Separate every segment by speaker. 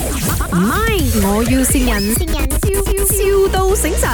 Speaker 1: 唔係，我要善人，笑笑到醒神。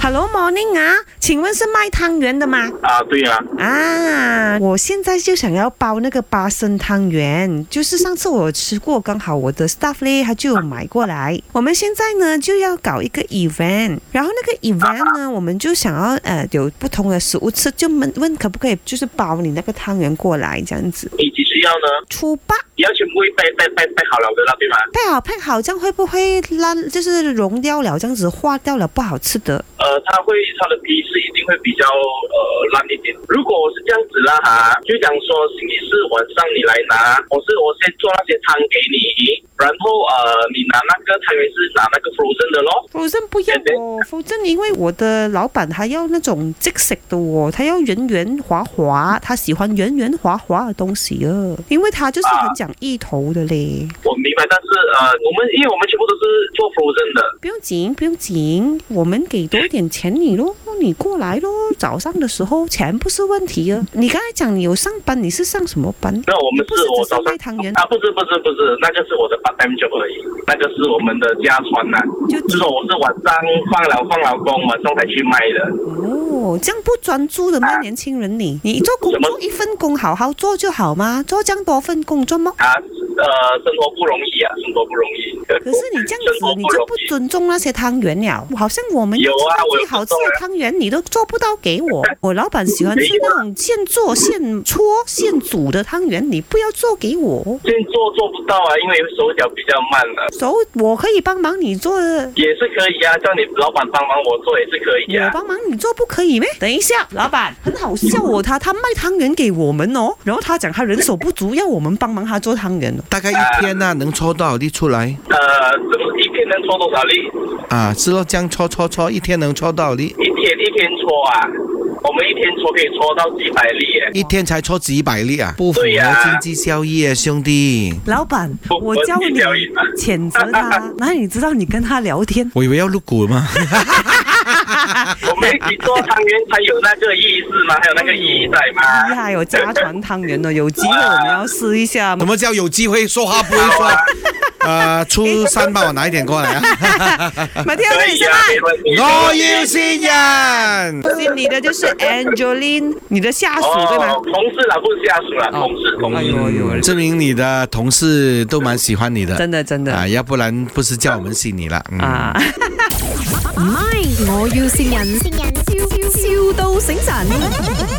Speaker 2: Hello morning 啊，请问是卖汤圆的吗？
Speaker 3: 啊，对呀、
Speaker 2: 啊，我现在就想要包那个八生汤圆，就是上次我吃过，刚好我的 staff 嘞他就有买过来。我们现在呢就要搞一个 event，然后那个 event 呢，我们就想要呃有不同的食物吃，就问问可不可以就是包你那个汤圆过来这样子。
Speaker 3: 你几时要呢？
Speaker 2: 初八
Speaker 3: 你要全部会备备备备好了的啦，对吗？
Speaker 2: 配好配好，这样会不会烂？就是融掉了，这样子化掉了不好吃的。
Speaker 3: 呃，它会它的皮是一定会比较呃烂一点。如果我是这样子啦哈，就讲说星期四晚上你来拿，我是我先做那些汤给你，然后呃你拿那个汤圆是拿那个 frozen 的咯。
Speaker 2: Frozen 不要哦，Frozen 因为我的老板他要那种即食的哦，他要圆圆滑滑，他喜欢圆圆滑滑的东西啊，因为他就是很讲意头的嘞。
Speaker 3: 我明白，但是呃我们因为我们全部都是做 frozen 的，
Speaker 2: 不用紧，不用紧，我们给多一点钱你咯，你过来咯，早上的时候钱不是问题啊。你刚才讲你有上班，你是上什么班？
Speaker 3: 那我们
Speaker 2: 不
Speaker 3: 是
Speaker 2: 是
Speaker 3: 我
Speaker 2: 只
Speaker 3: 早
Speaker 2: 是
Speaker 3: 上
Speaker 2: 卖。汤圆，
Speaker 3: 啊，不是不是不是，那个是我的 part time job 而已，那个是我们的家传呐、
Speaker 2: 就
Speaker 3: 就是我是晚上放了放了工，晚上才去卖的。
Speaker 2: 哦，这样不专注的吗？年轻人你，你做工
Speaker 3: 什么
Speaker 2: 做一份工好好做就好嘛，做这样多份工做么？
Speaker 3: 啊，呃，生活不容易啊，生活不容易。
Speaker 2: 可是你这样
Speaker 3: 生活
Speaker 2: 子，你
Speaker 3: 不
Speaker 2: 就
Speaker 3: 容
Speaker 2: 不
Speaker 3: 易。
Speaker 2: 尊重那些汤圆了。好像我们
Speaker 3: 有
Speaker 2: 要
Speaker 3: 啊
Speaker 2: 吃到
Speaker 3: 我有
Speaker 2: 最好吃的汤圆，你都做不到给 我。我老板喜欢吃
Speaker 3: 没有啊
Speaker 2: 那种现做、现搓、现煮的汤圆，你不要做给我。
Speaker 3: 现在做做不到啊，因为手脚比较慢啊，
Speaker 2: 手我可以帮忙你做的，
Speaker 3: 也是可以啊，叫你老板帮忙我做也是可以
Speaker 2: 我
Speaker 3: 啊。
Speaker 2: 帮忙你做不可以咩？等一下，老板很好笑哦，他他卖汤圆给我们哦，然后他讲他人手不足，要我们帮忙他做汤圆哦。
Speaker 4: 大概一天呐、能搓多少粒出来？
Speaker 3: 呃，怎么一天能搓多少粒？
Speaker 4: 啊，是咯，这样搓搓搓，一天能搓多少粒？
Speaker 3: 一天一天搓啊，我们一天搓可以搓到几百粒耶。
Speaker 4: 一天才搓几百粒啊，不符合
Speaker 3: 对呀
Speaker 4: 经济效益啊，兄弟。
Speaker 5: 老板，
Speaker 3: 我
Speaker 5: 我教
Speaker 3: 我
Speaker 5: 你
Speaker 3: 表演啊
Speaker 5: 谴责 他，那你知道你跟他聊天，
Speaker 4: 我以为要入股嘛，
Speaker 3: 我们一起做汤圆才有那个意思嘛，还有那个意义在
Speaker 2: 哎
Speaker 5: 厉
Speaker 3: 嘛。
Speaker 5: 害哦，家传汤圆哦，有机会我们要试一 下
Speaker 4: 怎。么叫有机会说 话不会
Speaker 3: 啊
Speaker 4: 说？呃，初三帮我拿一点过来啊！
Speaker 5: 马天
Speaker 3: 可
Speaker 5: 那你
Speaker 3: 以
Speaker 5: 先
Speaker 3: 啊
Speaker 5: 来，，
Speaker 3: 没问题。
Speaker 4: 我要新人，
Speaker 5: 是你的就是 Angeline，你的下属对吗？
Speaker 3: 哦，同事啦，不是下属
Speaker 2: 哦
Speaker 3: 啦，同事同
Speaker 5: 哎
Speaker 3: 事。
Speaker 5: 呦哎呦，
Speaker 4: 证明你的同事都蛮喜欢你的，
Speaker 5: 真的真的
Speaker 4: 啊，要不然不是叫我们信你了。嗯、
Speaker 5: 啊。
Speaker 1: 唔係，我要善人，笑笑到醒神。